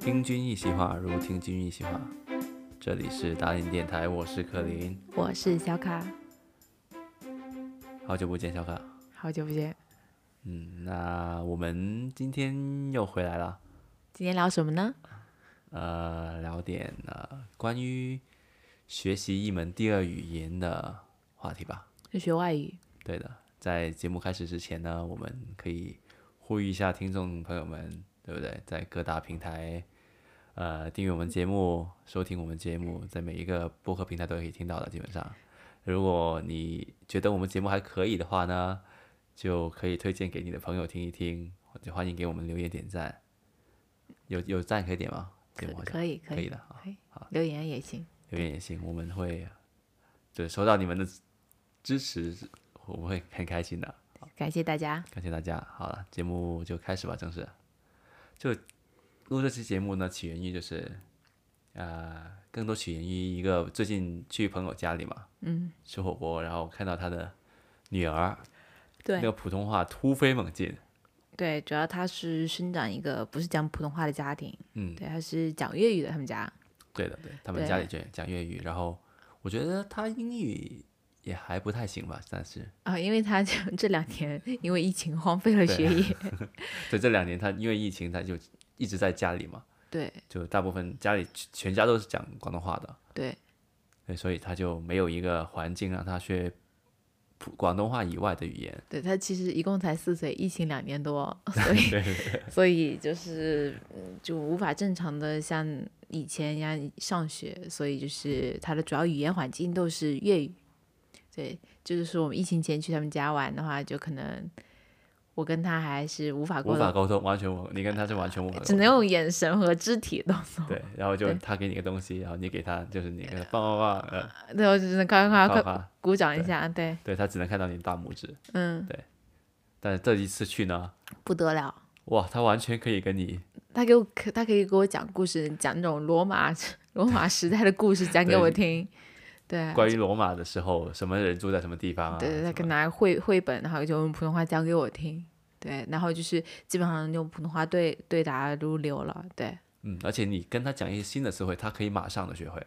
听君一席话，如听君一席话。这里是达林电台，我是克林，我是小卡，好久不见，小卡。好久不见。嗯，那我们今天又回来了，今天聊什么呢？呃，聊点呃关于学习一门第二语言的话题吧。是学外语。对的，在节目开始之前呢，我们可以呼吁一下听众朋友们，对不对？在各大平台，呃，订阅我们节目，收听我们节目，在每一个播客平台都可以听到的。基本上，如果你觉得我们节目还可以的话呢，就可以推荐给你的朋友听一听，就欢迎给我们留言点赞。有有赞可以点吗？可节目好像可以可可以以的啊，可以留言也行。留言也行，我们会对收到你们的支持，我们会很开心的。感谢大家。感谢大家。好了，节目就开始吧，正式。就录这期节目呢，起源于就是，呃，更多起源于一个最近去朋友家里嘛，嗯，吃火锅，然后看到他的女儿，那对个普通话突飞猛进，对，主要他是生长一个不是讲普通话的家庭，嗯，对，他是讲粤语的，他们家。对的，对，他们对家里讲讲粤语，然后我觉得他英语也还不太行吧，但是啊、因为他就 这两年因为疫情荒废了对学业，所以这两年他因为疫情，他就一直在家里嘛，对就大部分家里全家都是讲广东话的，对对，所以他就没有一个环境让他学普广东话以外的语言。对，他其实一共才四岁，疫情两年 多，所以 所以就是嗯就无法正常的像以前一样上学，所以就是他的主要语言环境都是粤语。对，就是说我们疫情前去他们家玩的话，就可能我跟他还是无法无沟法通，沟通，完全无，你跟他是完全无法沟哎只通。能用眼神和肢体动作。对，然后就对他给你个东西，然后你给他，就是你跟他棒棒棒，呃，对，我只能快快啪快啪，鼓掌一下。对，对他只能看到你的大拇指。嗯，但是这一次去呢，不得了。哇，他完全可以跟你，他给我可他可以给我讲故事，讲那种罗马 罗马时代的故事，讲给对我听。对，关于罗马的时候，什么人住在什么地方啊？哎对对，什他么可拿绘绘本，然后就用普通话讲给我听。对，然后就是基本上用普通话对对答如流了。对，嗯，而且你跟他讲一些新的词汇，他可以马上的学会。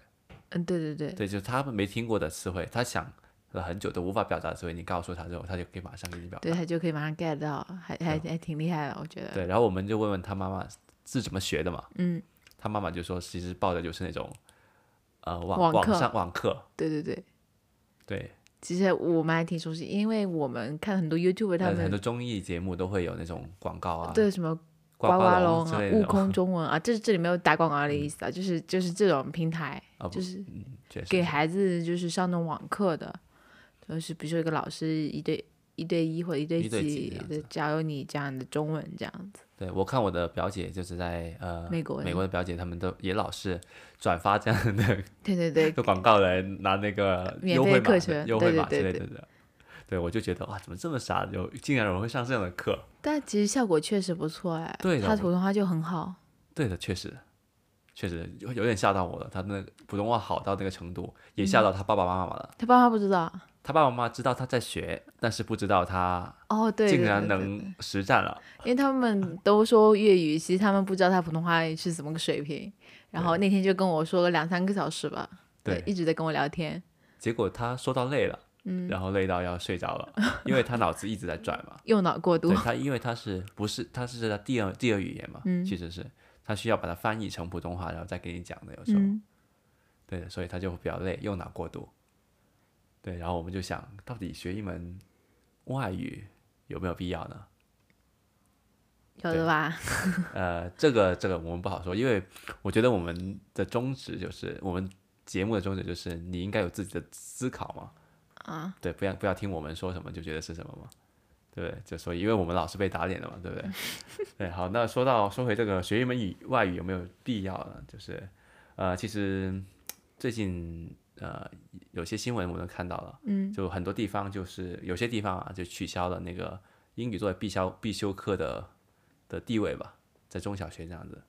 嗯，对对对，对，就是他没听过的词汇，他想了很久都无法表达的词汇，你告诉他之后，他就可以马上给你表达。对他就可以马上 get 到，还还啊还挺厉害的，我觉得。对，然后我们就问问他妈妈是怎么学的嘛。嗯，他妈妈就说，其实报的就是那种，呃，网网课上网课，对对对，对，其实我们还挺熟悉，因为我们看很多 YouTube 他但很多们综艺节目都会有那种广告啊，对什么呱呱呱龙龙之啊类、的 悟那种，空中文啊，这这里没有打广告的意 思啊，就是就是这种平台啊，不就是嗯确实给是，孩子就是上那种网课的，就是比如说一个老师一对一对一或者一对一对几这几样的子教你这样的中文这样子。对我看我的表姐就是在呃美国美的国的表姐，他们都也老是转发这样的对对对的广告来拿那个免优费惠课码程的、优对惠对码之类对的的，对我就觉得哇，怎么这么傻，有竟然有人会上这样的课？ 但其实效果确实不错哎，对的他我普通话就很好。对的，确实，确实有有点吓到我了。他那个普通话好到那个程度，也嗯吓到他爸爸妈妈了。他爸妈不知道他爸爸妈妈知道他在学，但是不知道他哦，对，竟对然，对对对能实战了。因为他们都说粤语，其实他们不知道他普通话是怎么个水平。然后那天就跟我说了两三个小时吧，对一直在跟我聊天。结果他说到累了，嗯，然后累到要睡着了， 因为他脑子一直在转嘛。右脑过度对，他，因为他是不是他是他第二第二语言嘛，嗯其实是他需要把它翻译成普通话，然后再给你讲的。有时候，嗯，对的，所以他就比较累，右脑过度。对，然后我们就想到底学一门外语有没有必要呢？有对的吧？呃，这个这个我们不好说，因为我觉得我们的宗旨就是我们节目的宗旨就是你应该有自己的思考嘛，啊，对，不要不要听我们说什么就觉得是什么嘛，对不对？就所以因为我们老是被打脸的嘛，对 不对？对，好，那说到说回这个学一门语外语有没有必要呢？就是呃，其实最近呃有些新闻我们看到了，嗯，就很多地方就是有些地方啊，就取消了那个英语作为必修必修课的的地位吧，在中小学这样子。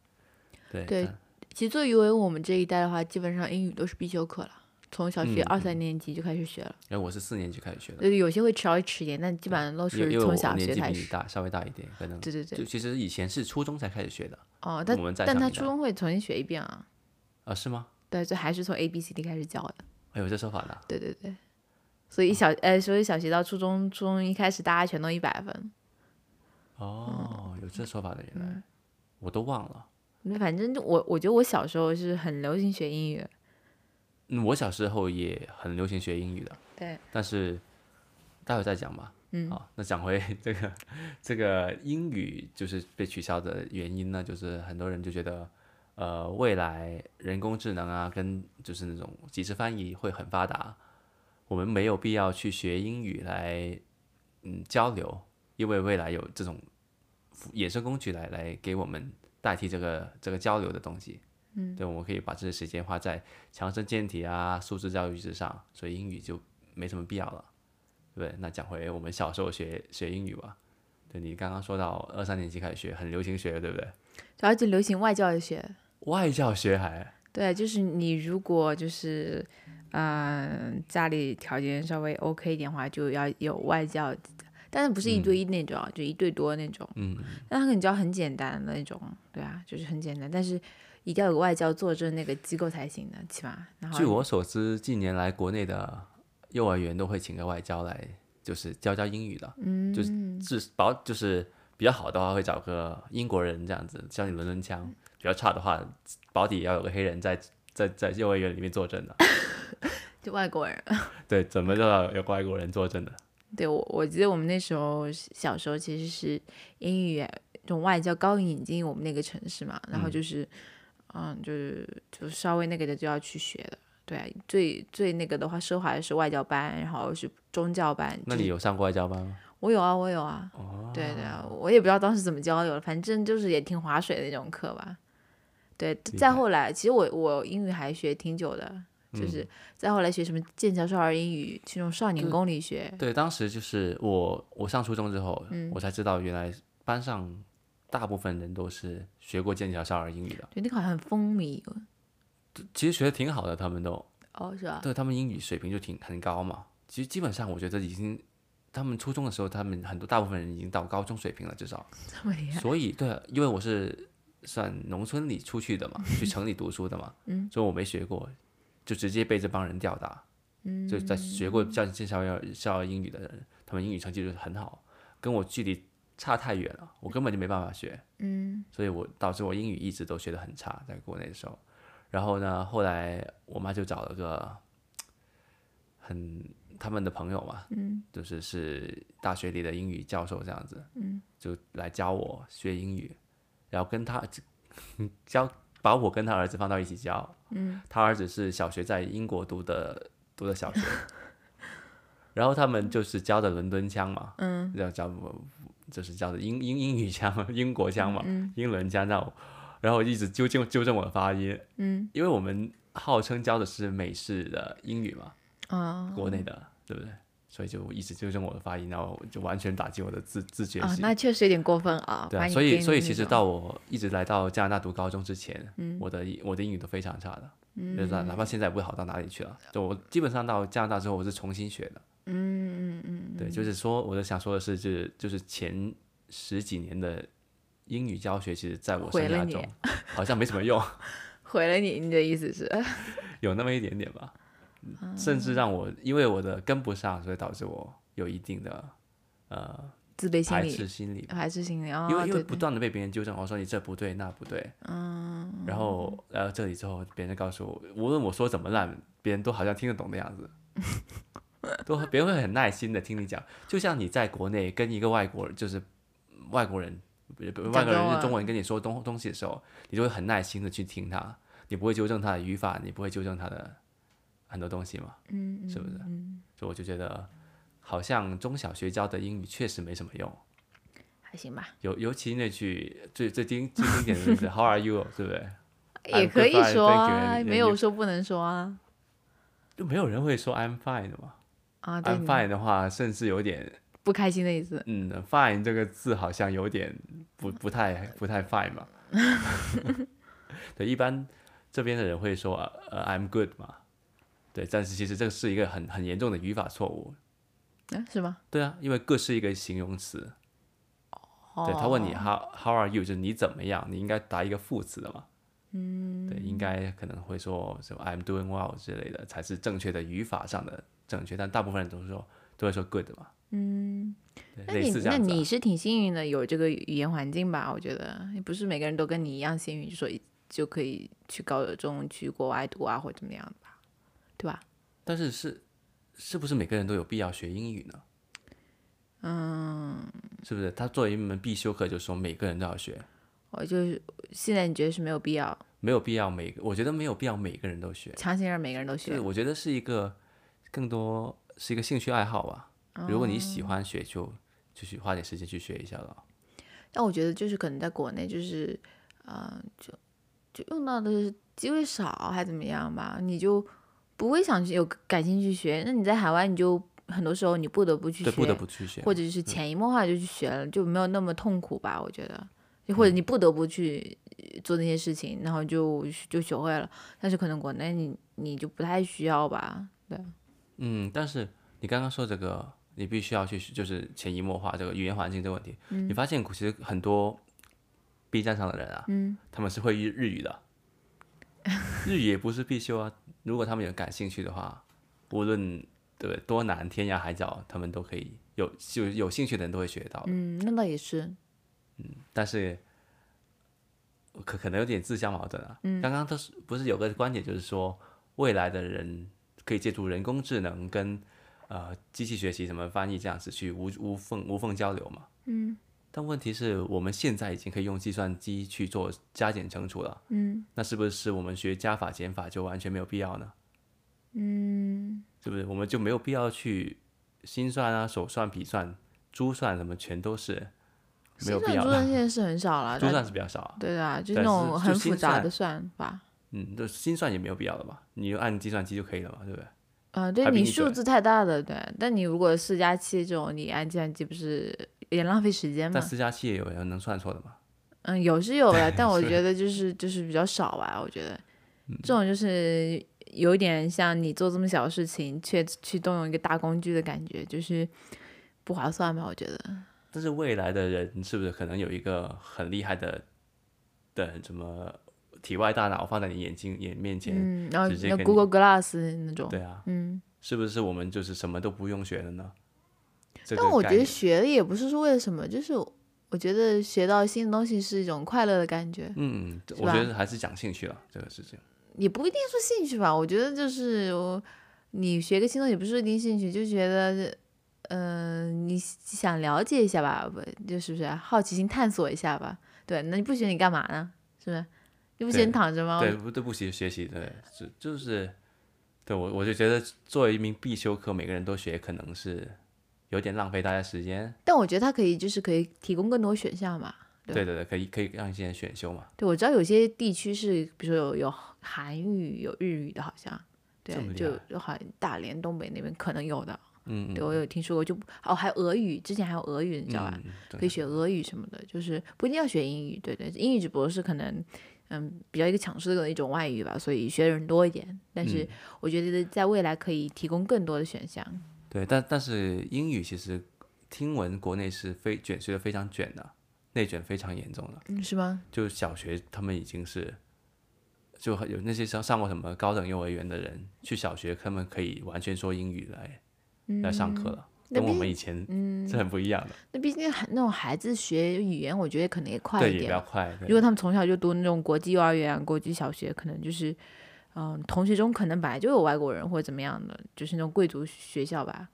对对但其实作为我们这一代的话，基本上英语都是必修课了，从小嗯学二三年级就开始学了，然后我是四年级开始学的，就是有些会稍微迟一点，但基本上都因为是因为从我小年学纪比开你始。大，稍微大一点，可能对对就对，其实以前是初中才开始学的哦，但我们在但上他面初的中会重新学一遍啊，啊，是吗？对，就还是从 A B C D 开始教的。哎，有这说法的啊，对对对，所嗯以小呃，所以小学到初中，初中一开始大家全都一百分，嗯哦，有这说法的，原来我都忘了。那反正就我我觉得我小时候是很流行学英语，嗯，我小时候也很流行学英语的，对，但是待会再讲吧。嗯，好，那讲回 这个这个英语就是被取消的原因呢，就是很多人就觉得，呃，未来人工智能啊，跟就是那种即时翻译会很发达，我们没有必要去学英语来嗯交流，因为未来有这种衍生工具来来给我们代替这个这个交流的东西。嗯，对，我们可以把这些时间花在强身健体啊、素质教育之上，所以英语就没什么必要了，对不对？那讲回我们小时候学学英语吧，对你刚刚说到二三年级开始学，很流行学，对不对？主要就流行外教学。外教学还对，就是你如果就是，嗯、家里条件稍微 OK 一点的话，就要有外教，但是不是一对一那种，就一对多那种。嗯，但他可能教很简单的那种，对啊，就是很简单，但是一定要有个外教坐镇那个机构才行的，起码。然据后我所知，近年来国内的幼儿园都会请个外教来，就是教教英语的，嗯，就是至保就是比较好的话会找个英国人这样子教你伦敦腔，比较差的话保底要有个黑人在在在幼儿园里面坐镇的， 就外国人，对，怎么都要有外国人坐镇的。对我我记得我们那时候小时候其实是英语这种外教刚引进我们那个城市嘛，然后就是，嗯，就是就稍微那个的就要去学的。对啊、最最那个的话，奢华的是外教班，然后是中教班。那就是你有哦上过外教班吗？我有啊，我有啊。对对啊，我也不知道当时怎么交流了，反正就是也挺划水的那种课吧。对，再后来，其实我我英语还学挺久的，嗯就是再后来学什么剑桥少儿英语，去那种少年宫里学。对，当时就是我我上初中之后，我才知道原来班上大部分人都是学过剑桥少儿英语的，对，那个好像很风靡其实学的挺好的，他们都哦，是吧？对他们英语水平就挺很高嘛。其实基本上我觉得已经，他们初中的时候，他们很多大部分人已经到高中水平了，至少。这么厉害，所以对，因为我是算农村里出去的嘛，去城里读书的嘛，嗯，所以我没学过，就直接被这帮人吊打，嗯，就在学过教剑桥要校英语的人，他们英语成绩就是很好，跟我距离差太远了，我根本就没办法学，嗯，所以我导致我英语一直都学得很差，在国内的时候，然后呢，后来我妈就找了个很他们的朋友嘛，嗯，就是是大学里的英语教授这样子，就来教我学英语，然后跟他 教把我跟他儿子放到一起教。嗯，他儿子是小学在英国读的读的小学， 然后他们就是教的伦敦腔嘛，嗯，要教我就是教的英英英语腔、英国腔嘛，英伦腔那种，然后一直纠正纠正我的发音，嗯，因为我们号称教的是美式的英语嘛，啊国内的对不对？所以就一直纠正我的发音，然后就完全打击我的自自觉啊，性。那确实有点过分啊。对把啊，你所以跟所以那其实种嗯到我一直来到加拿大读高中之前，我的我的英语都非常差的，嗯，就是哪怕现在不会好到哪里去了，就我基本上到加拿大之后我是重新学的，嗯嗯嗯，对，就是说我的想说的是，就是就是前十几年的英语教学，其实在我生毁了涯你中 好像没什么用，毁了你，你的意思是？有那么一点点吧，嗯甚至让我因为我的跟不上，所以导致我有一定的呃自卑心排理，斥心理还是心理啊？因为对因为对不断的被别人纠正，我说你这不对那不对，嗯，然后来到这里之后，别人告诉我，无论我说怎么烂，别人都好像听得懂的样子， 都别人会很耐心的听你讲，就像你在国内跟一个外国人，就是外国人，不是不是外国人中用文中文跟你说东东西的时候，你就会很耐心的去听他，你不会纠正他的语法，你不会纠正他的很多东西嘛，嗯，是不是？所以我就觉得，好像中小学教的英语确实没什么用。还行吧，尤尤其那句最最经最经典的就是 How are you，对不对？也 I'm 可以 good, fine, 说 thank you, 啊， and- 没 and 有 you- 说不能说啊。就没有人会说 I'm fine 的嘛。啊，对 I'm 你 fine 的话，甚至有点，不开心的意思。嗯，fine 这个字好像有点不不太不太 fine 嘛。对，一般这边的人会说呃 I'm good 嘛，对，但是其实这个是一个很很严重的语法错误。嗯、是吗？对啊，因为各是一个形容词。对他问你哦 how how are you 就是你怎么样，你应该答一个副词的嘛。嗯，对，应该可能会说什么 I'm doing well 之类的，才是正确的语法上的正确，但大部分人都是说都会说 good 嘛。嗯，对那类你似这那样子啊、你是挺幸运的，有这个语言环境吧？我觉得不是每个人都跟你一样幸运，就说就可以去高中去国外读啊，或者怎么样的吧，对吧？但是是是不是每个人都有必要学英语呢？嗯，是不是？它作为一门必修课，就说每个人都要学，我就是现在你觉得是没有必要没有必要每个，我觉得没有必要每个人都学。强行让每个人都对，学，我觉得是一个更多是一个兴趣爱好吧。如果你喜欢学就，就去花点时间去学一下了。但我觉得就是可能在国内就是，呃，就就用到的机会少还怎么样吧，你就不会想去有感兴趣学。那你在海外，你就很多时候你不得不去学，对，不得不去学。嗯或者是潜移默化就去学了，就没有那么痛苦吧？我觉得，就或者嗯你不得不去呃做那些事情，然后就就学会了。但是可能国内你你就不太需要吧？对，嗯，但是你刚刚说这个，你必须要去就是潜移默化这个语言环境这个问题。你发现其实很多 B 站上的人啊，嗯他们是会日日语的，日语也不是必修啊。如果他们有感兴趣的话，无论对不对多难天涯海角，他们都可以有就有兴趣的人都会学到。嗯，那倒也是，但是呃可可能有点自相矛盾啊。嗯刚刚都是不是有个观点，就是说未来的人可以借助人工智能跟呃机器学习什么翻译这样子去无无缝无缝交流嘛？嗯。但问题是我们现在已经可以用计算机去做加减乘除了，嗯那是不是我们学加法减法就完全没有必要呢？嗯是不是我们就没有必要去心算啊、手算、笔算、珠算什么全都是没有心必算要珠的？算现在是很 少了，珠它算是比较少啊。对的啊，就对那是就种很心复杂算的算法。嗯，就心算也没有必要了吧？你就按计算机就可以了嘛，对不对？啊，对还比你你数准字太大了，对。但你如果四加七这种，你按计算机不是也浪费时间吗但？四加七也有人能算错的嘛？嗯，有是有 的，但我觉得就是就是比较少吧。我觉得嗯这种就是有一点像你做这么小的事情，却去动用一个大工具的感觉，就是不划算吧？我觉得但是未来的人是不是可能有一个很厉害的的什么体外大脑放在你眼睛眼面前？嗯，然后直接那给你 Google Glass 那种，对啊，嗯，是不是我们就是什么都不用学了呢？这个但我概觉得念学的也不是说为了什么，就是我觉得学到新的东西是一种快乐的感觉，嗯，是我觉吧得还是讲兴趣了，这个事情。也不一定说兴趣吧。我觉得就是我你学个新东西，不是一定兴趣，就觉得，嗯、你想了解一下吧，不就是不是好奇心探索一下吧？对，那你不学你干嘛呢？是不是？你不学对你躺着吗？对，不对不起，学习对，就就是，对我我就觉得作为一名必修课，每个人都学，可能是有点浪费大家时间。但我觉得它可以，就是可以提供更多选项嘛。对对对对，可以可以让一些人选修嘛。对，我知道有些地区是，比如说有有韩语、有日语的，好像，对这么，厉就害就好像大连、东北那边可能有的，嗯，对我有听说过，就哦，还有俄语，之前还有俄语，你知道吧？嗯对可以学俄语什么的，就是不一定要学英语。对对，英语只不过是可能，嗯，比较一个强势的一种外语吧，所以学的人多一点。但嗯是我觉得在未来可以提供更多的选项。对，但但是英语其实听闻国内是非卷学的非常卷的，内卷非常严重的。嗯，是吗？就小学他们已经是，就很有那些上上过什么高等幼儿园的人，去小学他们可以完全说英语来、来上课了，嗯那跟我毕嗯们以前是很不一样的，那毕竟还那种孩子学语言，我觉得可能也快对，一也比点较吧。快。对如果他们从小就读那种国际幼儿园、国际小学，可能就是，嗯、同学中可能本来就有外国人或者怎么样的，就是那种贵族学校吧。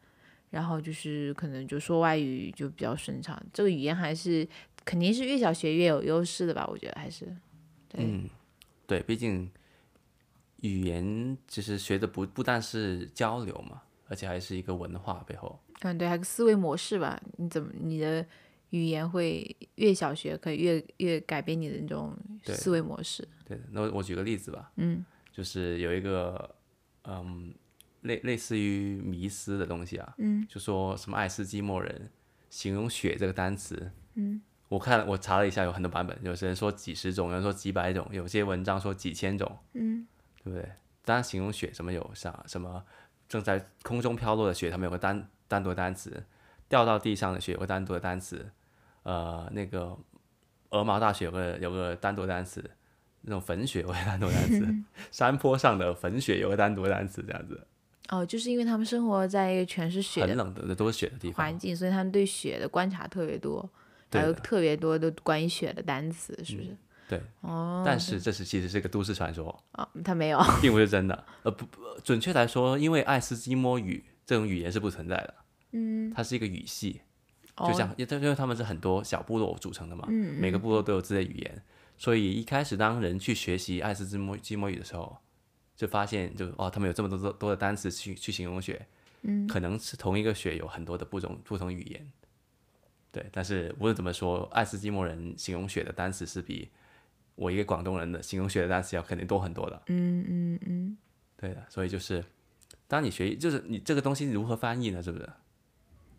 然后就是可能就说外语就比较顺畅，这个语言还是肯定是越小学越有优势的吧？我觉得还是，对，嗯，对，毕竟语言其实学的不不但是交流嘛，而且还是一个文化背后。嗯，对，还有个思维模式吧，你怎么你的语言会越小学可以越越改变你的那种对思维模式，对的，那我我举个例子吧，嗯，就是有一个嗯类类似于迷思的东西啊，嗯，就说什么爱斯基摩人形容雪这个单词，嗯，我看了我查了一下，有很多版本，有些人说几十种，有人说几百种，有些文章说几千种，嗯，对不对？当然，形容雪什么有啥什么正在空中飘落的雪，他们有个单单独的单词；掉到地上的雪有个单独的单词。呃，那个鹅毛大雪有个有个单独的单词，那种粉雪有个单独的单词， 山坡上的粉雪有个单独的单词，这样子。哦，就是因为他们生活在一个全是雪很的冷的，都是雪的地方环。境，所以他们对雪的观察特别多，对还有的嗯特别多的关于雪的单词，是不是？对，哦，但是这是其实是个都市传说，啊，他没有， 并不是真的。呃，不，不准确来说，因为爱斯基摩语这种语言是不存在的，嗯，哦它是一个语系，就像因为因为他们是很多小部落组成的嘛，每个部落都有自己的语言，所以一开始当人去学习爱斯基摩基摩语的时候，就发现就哦，他们有这么多多多的单词去去形容雪，嗯，可能是同一个雪有很多的不同不同语言，对，但是无论怎么说，爱斯基摩人形容雪的单词是比我一个广东人的形容雪的单词要肯定多很多的，嗯嗯嗯，对的，所以就是当你学，就是你这个东西如何翻译呢？是不是？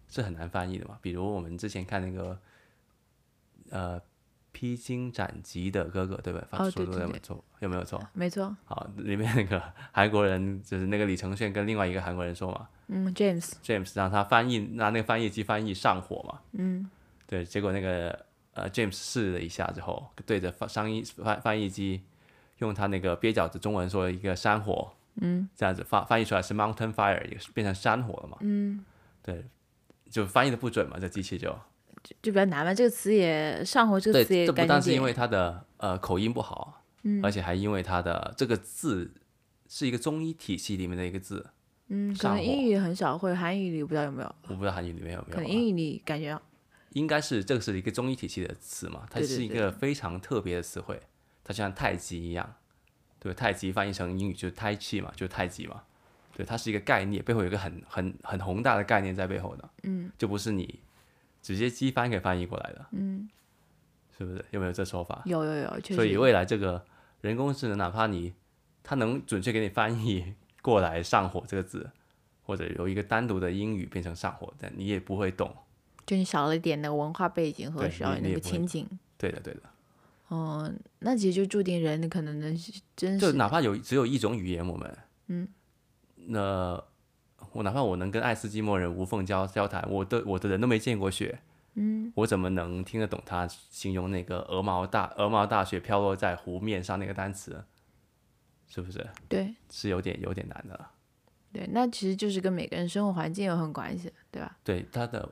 是很难翻译的嘛。比如我们之前看那个呃《披荆斩棘的哥哥》，对吧？发哦说的对对有没有错？有没有错？没错，好，里面那个韩国人就是那个李承铉跟另外一个韩国人说嘛嗯，James， ，James 让他翻译，拿那个翻译机翻译上火嘛。嗯，对，结果那个呃 James 试了一下之后，对着翻商译翻翻译机用他那个蹩脚的中文说一个山火，嗯，这样子翻翻译出来是 mountain fire，也是变成山火了嘛。嗯，对，就翻译的不准嘛，这机器就就就比较难吧，这个词也上火，这对，个词也这不感但觉是因为它的呃口音不好，嗯，而且还因为它的这个字是一个中医体系里面的一个字，嗯，可上能火英语很少，或者韩语里我不知道有没有，我不知道韩语里面有没有啊、啊可能英语里感觉应该是这个是一个中医体系的词嘛，它对对是一对个非常特别的词汇，它像太极一样，对，太极翻译成英语就是太气嘛，就是太极嘛，对，它是一个概念，背后有一个很很很宏大的概念在背后的，嗯，就不是你直接机翻给翻译过来的，嗯，是不是？有没有这说法？有有有，嗯确所以实，未来这个人工智能，哪怕你它能准确给你翻译过来“上火”这个字，或者由一个单独的英语变成“上火”，但你也不会懂。就你少了一点那个文化背景和对少了你你那也个不会情景，对的，对的。嗯，那其实就注定人可能能是真就是哪怕有只有一种语言，我们，嗯，那我哪怕我能跟爱斯基摩人无缝交交谈，我的我的人都没见过雪，嗯，我怎么能听得懂他形容那个鹅毛大鹅毛大雪飘落在湖面上那个单词？是不是对是有点有点难的了？对，那其实就是跟每个人生活环境有很关系，对吧？对他的，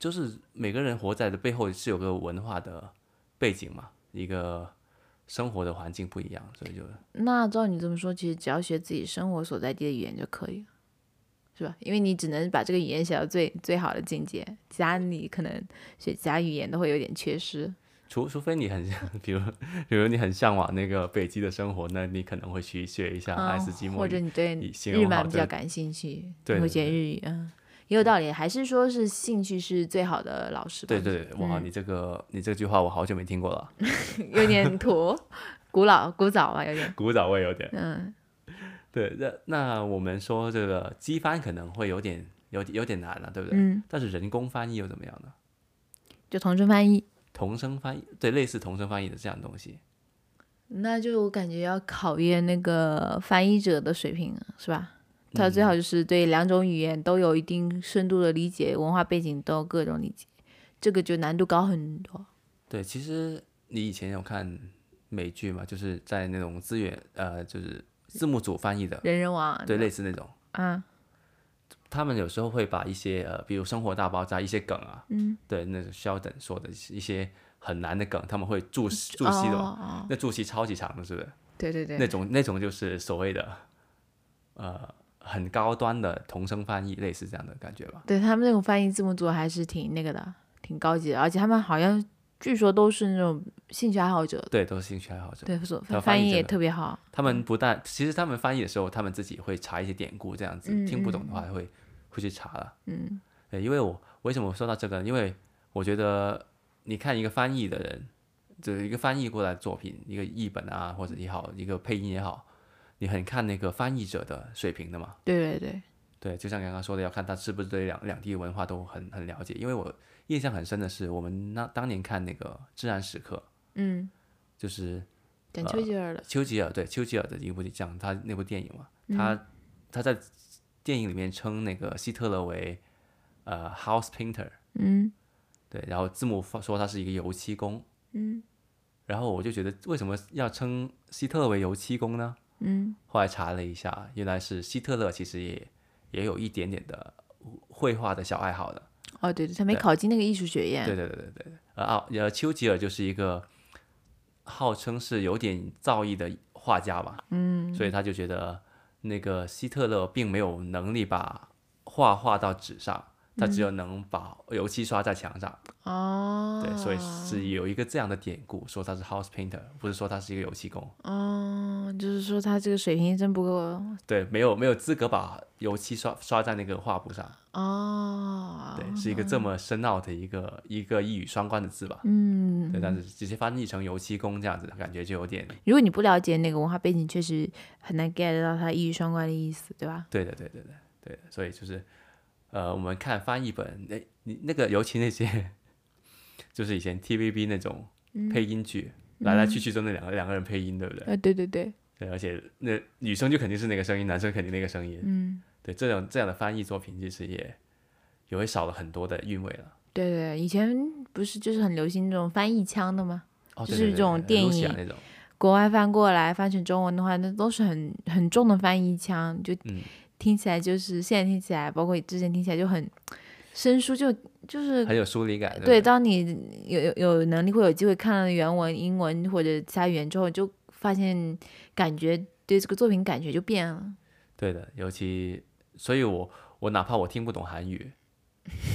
就是每个人活在的背后是有个文化的背景嘛，一个生活的环境不一样，所以就那照你这么说，其实只要学自己生活所在地的语言就可以了，是吧？因为你只能把这个语言写到最最好的境界，其他你可能学其他语言都会有点缺失。除除非你很， 比如比如你很向往那个北极的生活，那你可能会去学一下爱斯基嗯，摩或语。者你对以形日容好漫比这较个感兴趣，对你对会学日语，嗯，也有道理。还是说是兴趣是最好的老师吧？对对嗯对，哇，你这个你这句话我好久没听过 了，有点土，古老古早吧，有点。古早味有点。嗯，对，那那我们说这个机翻可能会有点有点有点难了、对不对？嗯、但是人工翻译又怎么样呢？就同声翻译。同声翻译，对，类似同声翻译的这样东西，那就我感觉要考验那个翻译者的水平，是吧？他最嗯好就是对两种语言都有一定深度的理解，文化背景都有各种理解，这个就难度高很多。对，其实你以前有看美剧嘛，就是在那种资源呃，就是字幕组翻译的，人人网，对，类似那种。嗯，他们有时候会把一些呃，比如《生活大爆炸》一些梗啊，嗯，对，那种 Sheldon 说的一些很难的梗，他们会注释注析的嘛，哦，哦那注析超级长的，是不是？对对对，那种那种就是所谓的呃很高端的同声翻译，类似这样的感觉吧。对他们那种翻译字幕组还是挺那个的，挺高级的，而且他们好像据说都是那种兴趣爱好者，对，都是兴趣爱好者。对，所他翻翻译译也真的特别好。他们不但其实他们翻译的时候，他们自己会查一些典故，这样子、嗯听不懂的话会会去查了。嗯，对，因为我为什么说到这个呢？因为我觉得你看一个翻译的人，就是一个翻译过来的作品，一个译本啊，或者也好，一个配音也好，你很看那个翻译者的水平的嘛。对对对，对，就像刚刚说的，要看他是不是对两两地文化都很很了解。因为我印象很深的是，我们那当年看那个《自然时刻》，嗯，就是讲丘吉尔了，嗯丘吉尔对丘吉尔的一部讲他那部电影嘛，他、他在电影里面称那个希特勒为呃 house painter，嗯对，然后字幕发说他是一个油漆工，嗯然后我就觉得为什么要称希特勒为油漆工呢？嗯后来查了一下，原来是希特勒其实也也有一点点的绘画的小爱好的，哦对对，他没对考进那个艺术学院，对对对对对，呃奥呃丘吉尔就是一个号称是有点造诣的画家吧，嗯，所以他就觉得那个希特勒并没有能力把画画到纸上，他只有能把油漆刷在墙上，哦，对，所以是有一个这样的典故，说他是 house painter，不是说他是一个油漆工，哦，就是说他这个水平真不够对，没有没有资格把油漆刷刷在那个画布上，哦，对，是一个这么深奥的一个一个一语双关的字吧，嗯，对，但是直接翻译成油漆工这样子，感觉就有点。如果你不了解那个文化背景，确实很难 get 到它一语双关的意思，对吧？对的，对的对的对的，所以就是，呃，我们看翻译本，那你那个尤其那些，就是以前 TVB 那种嗯配音剧，来来去去就那两个两个人配音，对不对？啊，对对对，对，而且那女生就肯定是那个声音，男生肯定那个声音，嗯，对，这种这样的翻译作品其实也也会少了很多的韵味了。对对，以前不是就是很流行这种翻译腔的吗？哦，就对是对对这种对电 Lucia 影啊那种，国外翻过来翻成中文的话，那都是很很重的翻译腔，就嗯听起来就是现在听起来，包括之前听起来就很生疏，就就是很有疏离感。呃对，不对当你有有有能力或有机会看到原文、英文或者其他语言之后，就发现感觉对这个作品感觉就变了。对的，尤其，所以我我哪怕我听不懂韩语，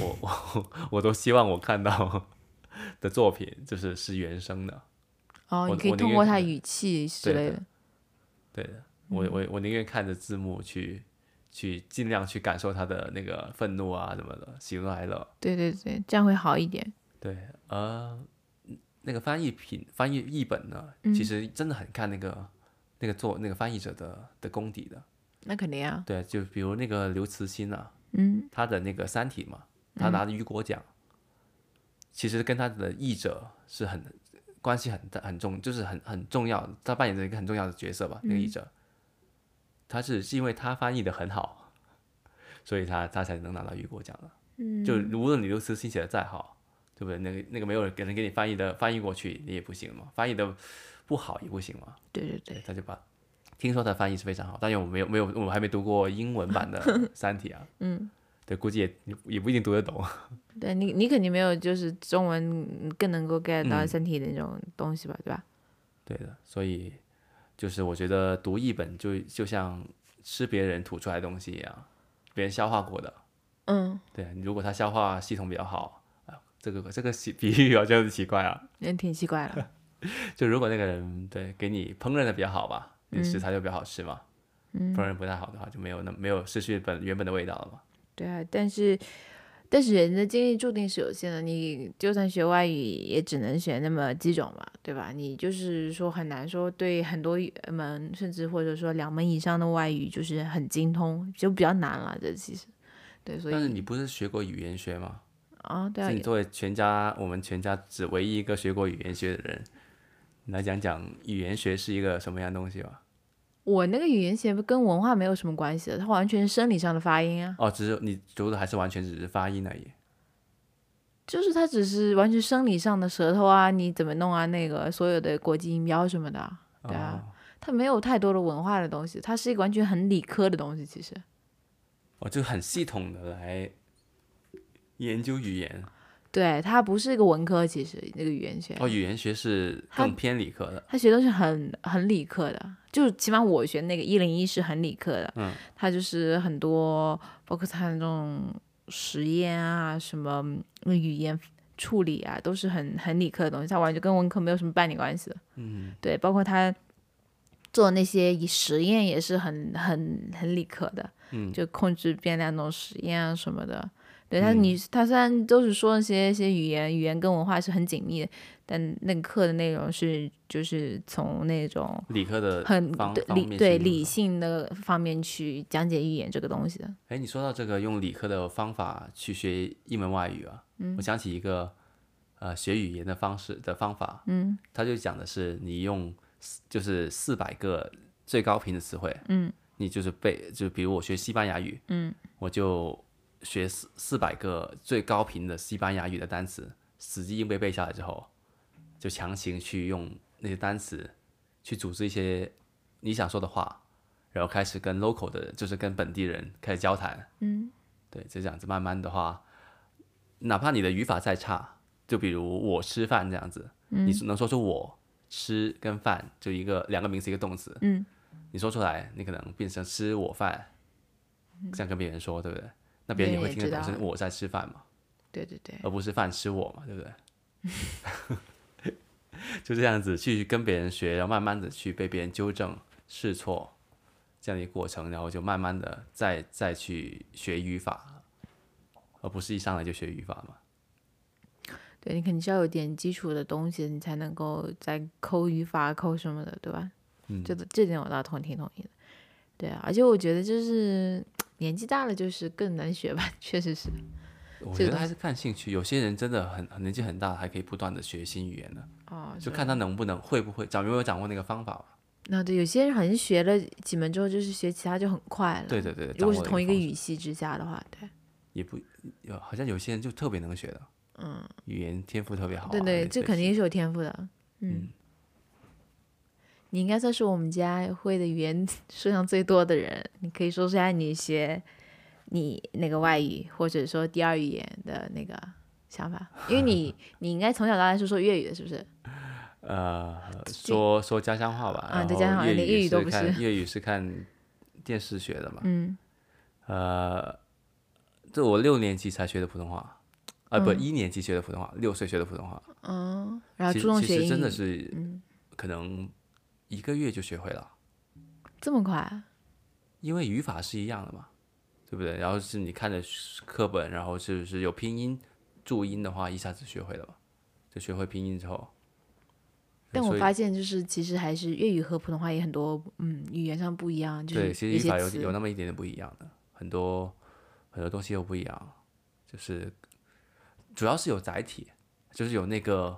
我我我都希望我看到的作品就是是原声的。哦，我你可以我宁通愿过看它语气对之类的的。对的，我我我宁愿看着字幕去去尽量去感受他的那个愤怒啊什么的，喜怒哀乐。对对对，这样会好一点。对，呃，那个翻译品翻译译本呢，其实真的很看那个、那个做那个翻译者的的功底的。那肯定啊，对，就比如那个刘慈欣啊，嗯，他的那个《三体》嘛，他拿的雨果奖，其实跟他的译者是很关系很大很重，就是很很重要，他扮演着一个很重要的角色吧。那个译者，他是是因为他翻译的很好，所以他他才能拿到雨果奖的。嗯，就无论你刘慈欣写的再好，对不对？那个那个没有人给人给你翻译的翻译过去，你也不行嘛，翻译的不好也不行嘛。对对对对，，他就把。听说他翻译是非常好，但是我没有没有，我还没读过英文版 的《三体》啊。嗯，对，估计也也不一定读得懂。 对你你肯定没有就是中文更能够 get 到嗯身体的那种东西吧，对吧？对的，所以就是我觉得读译本就就像吃别人吐出来的东西一样，别人消化过的。嗯，对，如果他消化系统比较好，啊，这个这个 比比喻啊，就是奇怪啊。那挺奇怪了。就如果那个人对给你烹饪的比较好吧，你食材就比较好吃嘛。嗯、烹饪不太好的话，就没有那没有失去本原本的味道了嘛。对啊，但是但是人的精力注定是有限的，你就算学外语也只能学那么几种嘛，对吧？你就是说很难说对很多语门甚至或者说两门以上的外语就是很精通，就比较难了。这其实对，所但是以你不是学过语言学吗？啊，对啊是你，作为全家我们全家只唯一一个学过语言学的人，你来讲讲语言学是一个什么样的东西吧？我那个语言学跟文化没有什么关系的，它完全是生理上的发音啊，哦，只是你读的还是完全只是发音而已。就是它只是完全生理上的舌头啊，你怎么弄啊，那个所有的国际音标什么的啊，对啊。哦它没有太多的文化的东西，它是一个完全很理科的东西。其实，哦，就很系统的来研究语言。对，它不是一个文科，其实那个语言学，哦，语言学是它更偏理科的。它学的是很很理科的，就是起码我学那个一零一是很理科的，嗯，它就是很多包括它那种实验啊，什么嗯语言处理啊，都是很很理科的东西，它完全跟文科没有什么半点关系的，嗯，对，包括它做那些以实验也是很很很理科的，嗯，就控制变量那种实验啊什么的。对，但你它虽然都是说那些一些语言，语言跟文化是很紧密的，但那个课的内容是就是从那种理科的很呃方对方理面对性入理手性的方面去讲解语言这个东西的。哎，你说到这个用理科的方法去学一门外语啊，我想嗯起一个呃学语言的方式的方法，嗯，他就讲的是你用就是四百个最高频的词汇，嗯，你就是背，就比如我学西班牙语，嗯，我就学四四百个最高频的西班牙语的单词，死记硬背背下来之后，就强行去用那些单词去组织一些你想说的话，然后开始跟 local 的，就是跟本地人开始交谈，嗯，对，就这样子慢慢的话，哪怕你的语法再差，就比如我吃饭这样子，嗯你能说出我。吃跟饭就一个两个名词一个动词，嗯，你说出来，你可能变成吃我饭，这样跟别人说，对不对？那别人也会听得懂别人是也嗯知我在吃饭嘛，对对对，而不是饭吃我嘛，对不对？ 就这样子去跟别人学，然后慢慢的去被别人纠正试错，这样的一个过程，然后就慢慢的再再去学语法，而不是一上来就学语法嘛。对你肯定是要有点基础的东西，你才能够再抠语法、抠什么的，对吧？嗯这这点我倒同挺同意的。对啊，而且我觉得就是年纪大了，就是更难学吧， 确实是。我这觉个得东还是看兴趣，有些人真的很很年纪很大，还可以不断的学新语言的。哦，就是看他能不能会不会掌有没有掌握那个方法吧。那对，有些人好像学了几门之后，就是学其他就很快了。对对对，如果掌是握了同一个方法语系之下的话，对，也不有，好像有些人就特别能学的，嗯，语言天赋特别好啊、对对，类这类肯似定是有天赋的。嗯嗯，你应该算是我们家会的语言数量最多的人。你可以说说下你学你那个外语，或者说第二语言的那个想法，因 为你你应该从小到大是说粤语的，是不是？呃说说家乡话吧，啊然对后家乡话粤连粤语语都是不看是粤语是看电视学的嘛，嗯，呃，这我六年级才学的普通话，啊、不嗯一年级学的普通话，六岁学的普通话，哦，然后其注实重其学英实语，真的是嗯，可能一个月就学会了，这么快啊？因为语法是一样的嘛，对不对？然后是你看着课本，然后是是有拼音注音的话，一下子学会了嘛，就学会拼音之后。但我所以发现就是其实还是粤语和普通话也很多，嗯，语言上不一样，就是对，其有实语些法有词有那么一点点不一样的，很多很多东西又不一样，就是主要是有载体，就是有那个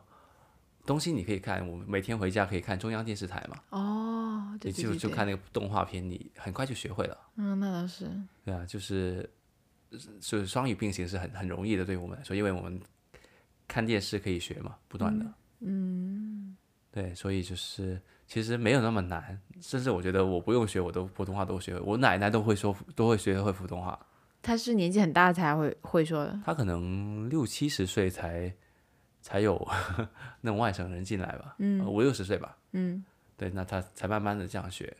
东西你可以看，我们每天回家可以看中央电视台嘛，哦，对对你对就就对看那个动画片，你很快就学会了。嗯，那倒是，对啊，就是就是双语并行是很很容易的，对于我们来说，因为我们看电视可以学嘛，不断的。嗯。对，所以就是其实没有那么难，甚至我觉得我不用学，我都普通话都学会，我奶奶都会说，都会学会普通话。他是年纪很大才会会说的，她可能六七十岁才才有 那种外省人进来吧，嗯，五六十岁吧，嗯对，那她才慢慢的这样学。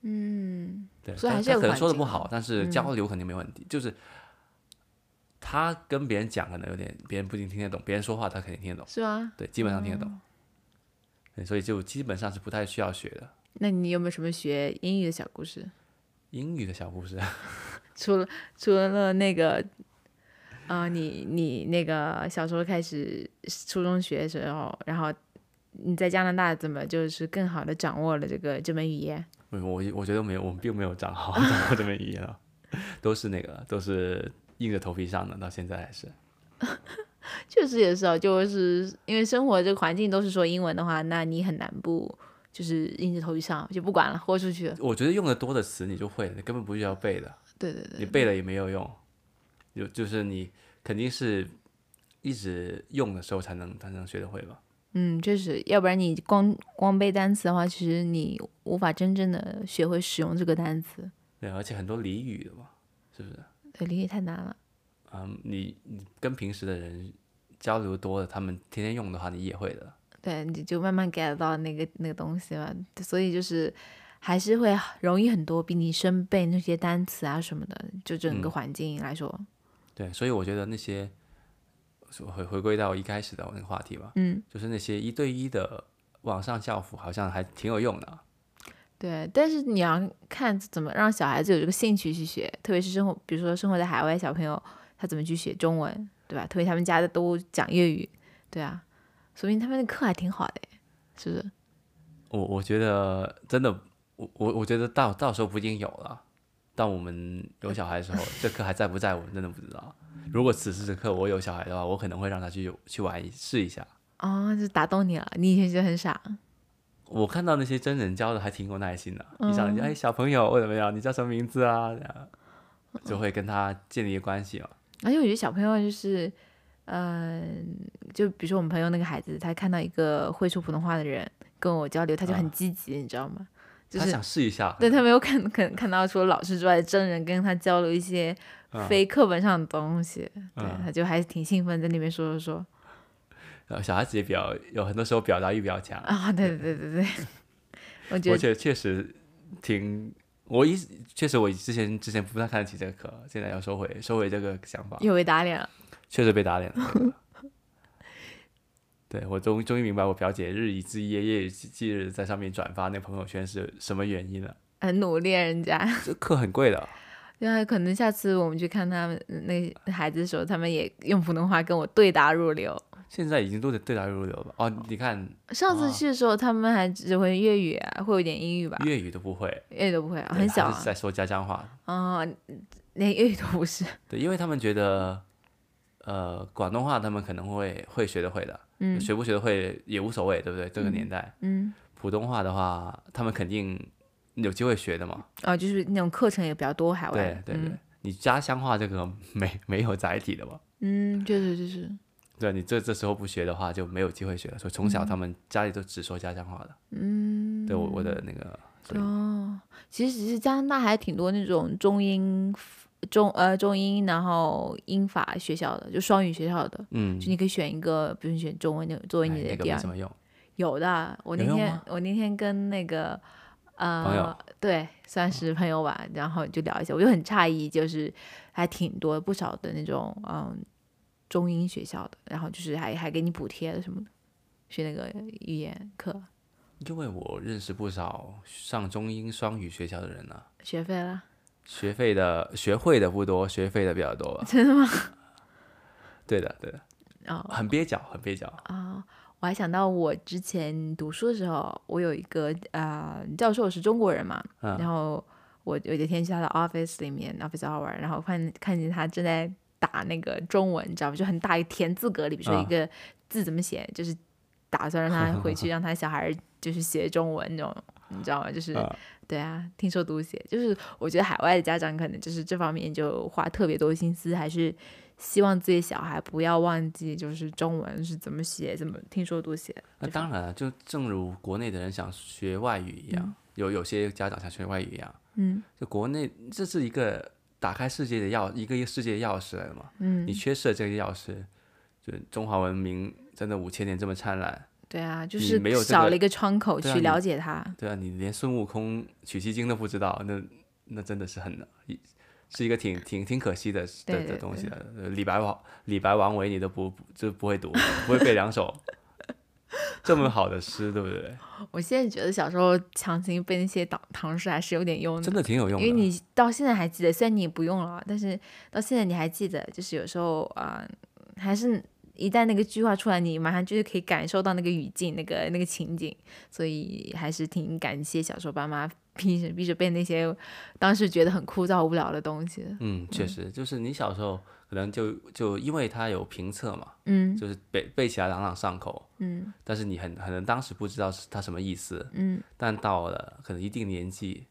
嗯，对，所以但还是他有可能环说的境不的嗯好，但是交流肯定没问题。就是他跟别人讲，可能有点别人不一定听得懂，别人说话他肯定听得懂，是吗？对，基本上听得懂。哦对，所以就基本上是不太需要学的那你有没有什么学英语的小故事？英语的小故事。除了除了那个，啊、你你那个小时候开始初中学的时候，然后你在加拿大怎么就是更好的掌握了这个这门语言？我我我觉得没有，我们并没有长好 掌握这门语言啊，都是那个都是硬着头皮上的，到现在还是。确实也是啊，就是因为生活这个环境都是说英文的话，那你很难不就是硬着头皮上就不管了，豁出去了。我觉得用的多的词你就会了，你根本不需要背的。对对对，你背了也没有用，就就是你肯定是一直用的时候才能才能学得会吧。嗯，确实，要不然你光光背单词的话，其实你无法真正的学会使用这个单词。对，而且很多俚语的嘛，是不是？对，理解太难了。嗯，你你跟平时的人交流多了，他们天天用的话，你也会的。对，你就慢慢 get 到那个那个东西嘛，所以就是还是会容易很多，比你生背那些单词啊什么的，就整个嗯环境来说，对，所以我觉得那些说回回归到一开始的那个话题吧，嗯，就是那些一对一的网上校服，好像还挺有用的啊。对。但是你要看怎么让小孩子有这个兴趣去学，特别是生活，比如说生活在海外小朋友，他怎么去学中文，对吧？特别他们家的都讲粤语，对啊，说明他们的课还挺好的，是不是？我我觉得真的，我我我觉得到到时候不一定有了。当我们有小孩的时候，这课还在不在，我们真的不知道。如果此时此刻我有小孩的话，我可能会让他去去玩一试一下。啊哦，就打动你了，你以前觉得很傻，我看到那些真人教的还挺有耐心的，嗯一上来就哎小朋友我怎么样，你叫什么名字啊？这样嗯就会跟他建立关系嘛。哦而且我觉得小朋友就是，呃，就比如说我们朋友那个孩子，他看到一个会说普通话的人跟我交流，他就很积极，你知道吗？就他是想试一下，啊对他没有看 看看到除了老师之外的真人跟他交流一些嗯非课本上的东西，对嗯，他就还挺兴奋，在那边说说说呃小孩子也比较有很多时候表达欲比较 强，啊，对对对对对， 我觉而得且确实挺。我一确实，我之前之前不太看得起这个课，现在要收回收回这个想法，又被打脸了。确实被打脸了这 个。对我终终于明白我表姐日以继夜、夜以继日在上面转发那朋友圈是什么原因了。很努力啊，人家，这课很贵的，对啊，可能下次我们去看他们那孩子的时候，他们也用普通话跟我对答如流。现在已经都得对答如流了吧？哦，你看上次啊去的时候，他们还只会粤语、啊，会有点英语吧，粤语都不会，粤语都不会啊，对还很小是啊，在说家乡话。啊，连粤语都不是。对，因为他们觉得，呃，广东话他们可能会会学得会的，嗯学不学得会也无所谓，对不对？这个年代，嗯， 普通话的话，他们肯定有机会学的嘛。啊，就是那种课程也比较多，海外对的。对对，你家乡话这个没没有载体的嘛。嗯，嗯，对对对对，对你这这时候不学的话，就没有机会学了。所以从小他们家里都只说家乡话的。嗯，对我我的那个，所以哦，其实其实加拿大还挺多那种中英中呃中英，然后英法学校的，就双语学校的。嗯，就你可以选一个，比如你选中文作为哎你那的个第没二什么用。有的，我那有用天吗我那天跟那个朋呃友，对，算是朋友吧，然后就聊一下，我就很诧异，就是还挺多不少的那种嗯中英学校的，然后就是还还给你补贴什么的，去那个语言课因为我认识不少上中英双语学校的人呢、学费啦，学费的 学会的不多，学费的比较多吧。真的吗？ 对的，对的，哦很蹩脚，很蹩脚。啊、我还想到我之前读书的时候，我有一个呃教授是中国人嘛，嗯然后我有一天去他的 office 里面 office hour，然后看看见他正在打那个中文，你知道吗？就很大一田字格里，比如说一嗯个字怎么写，就是打算让 他回去让他小孩儿就是学中文那种，你知道吗？就是、嗯对啊，听说读写，就是我觉得海外的家长可能就是这方面就花特别多心思，还是希望自己小孩不要忘记就是中文是怎么写，怎么听说读写。那这当然了，就正如国内的人想学外语一样，有有些家长想学外语一样，嗯就国内这是一个打开世界的钥，一个一个世界的钥匙来的嘛。嗯你，缺失了这个钥匙，就中华文明真的五千年这么灿烂，对啊，就你是没有这少个了一个窗口对啊去你了解它。对啊，你连孙悟空、取西经都不知道，那那真的是很一是一个挺挺挺可惜的对的的对东西的。呃李白王李白王维你都不就不会读，不会背两首 这么好的诗，对不 对？我现在觉得小时候强行背那些唐唐诗还是有点用的真，的挺有用嗯因为的。你到现在还记得，虽然你不用了，但是到现在你还记得，就是有时候啊、呃还是一旦那个句话出来，你马上就是可以感受到那个语境、那个那个情景，所以还是挺感谢小时候爸妈逼着逼着背那些当时觉得很枯燥无聊的东西的。嗯，确实，就是你小时候可能就就因为它有评测嘛，嗯就是背背起来朗朗上口，嗯但是你很可能当时不知道是它什么意思，嗯，但到了可能一定年纪，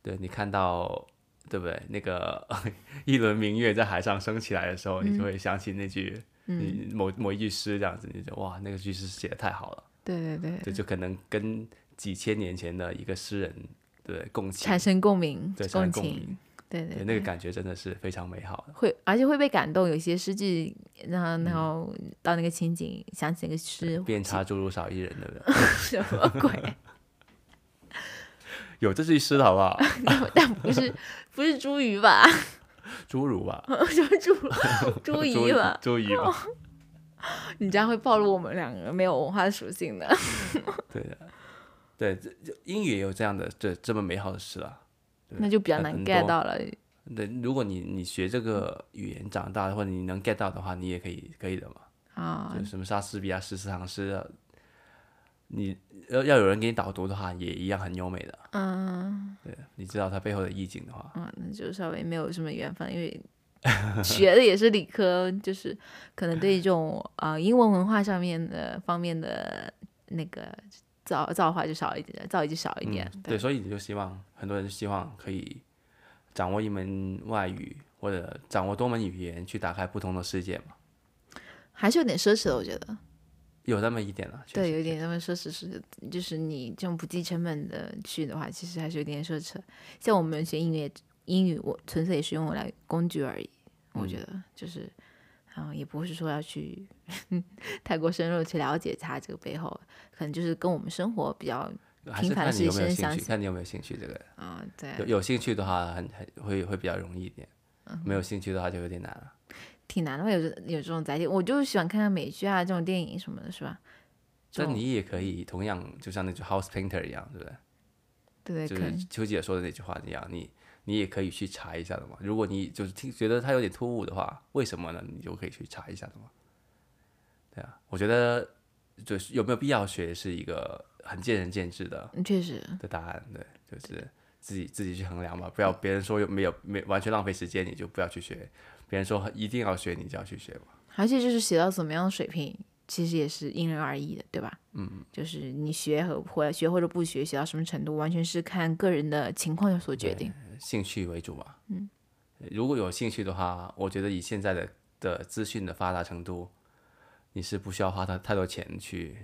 对你看到对不对？那个 一轮明月在海上升起来的时候，你就会想起那句，嗯，某某一句诗这样子，你就哇，那个句诗写的太好了，对对对，对，就可能跟几千年前的一个诗人对共情产，生共鸣对，、产生共共情鸣，，对对对，那个感觉真的是非常美好的。会，而且会被感动。有些诗句，然后嗯然后到那个情景，想起那个诗，遍插诸如少一人，对不对？什么 鬼？有这句诗的好不好？但不 是不是茱萸吧？ 诸如吧，什么茱茱萸吧？茱萸吧，你这样会暴露我们两个没有文化属性的。对的，对，这这英语也有这样的这这么美好的诗啊。那就比较难很 get 多到了。对，如果你你学这个语言长大，或者你能 get 到的话，你也可以可以的嘛。啊就什么莎士比亚十四行诗啊，你要要有人给你导读的话，也一样很优美的。嗯对，你知道它背后的意境的话，啊，那就稍微没有什么缘分，因为学的也是理科，就是可能对这种啊、呃英文文化上面的方面的那个造造化就少一点，造诣就少一点。嗯、对，所以你就希望很多人希望可以掌握一门外语或者掌握多门语言，去打开不同的世界嘛。还是有点奢侈的，我觉得。有那么一点了、啊，对，有点那么奢侈是，就是你这种不计成本的去的话，其实还是有点奢侈。像我们学英语，英语我纯粹也是用我来工具而已，我觉得就是，嗯，嗯也不是说要去 太过深入去了解它这个背后，可能就是跟我们生活比较平凡的事情相看你有没有兴趣这个，啊、嗯，对，有有兴趣的话很很会会比较容易一点，嗯、没有兴趣的话就有点难了。挺难的，有有这种载体，我就是喜欢看看美剧啊，这种电影什么的，是吧？那你也可以同样，就像那句 House Painter 一样，对不对？对，就是秋姐说的那句话一样，你你也可以去查一下的嘛。如果你就是听觉得它有点突兀的话，为什么呢？你就可以去查一下的嘛。对啊，我觉得就是有没有必要学是一个很见仁见智的，嗯确实的答案，对，就是自己自己去衡量嘛，不要别人说有没有没完全浪费时间，你就不要去学。别人说一定要学，你就要去学嘛。而且就是学到怎么样的水平，其实也是因人而异的，对吧？嗯，就是你学和或学或者不学，学到什么程度，完全是看个人的情况所决定。兴趣为主嘛。呃嗯，如果有兴趣的话，我觉得以现在的的资讯的发达程度，你是不需要花太太多钱去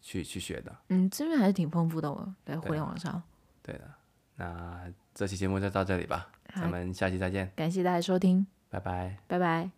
去去学的。嗯，资源还是挺丰富的哦，在互联网上。对的，那这期节目就到这里吧，咱们下期再见。感谢大家收听。拜拜，拜拜。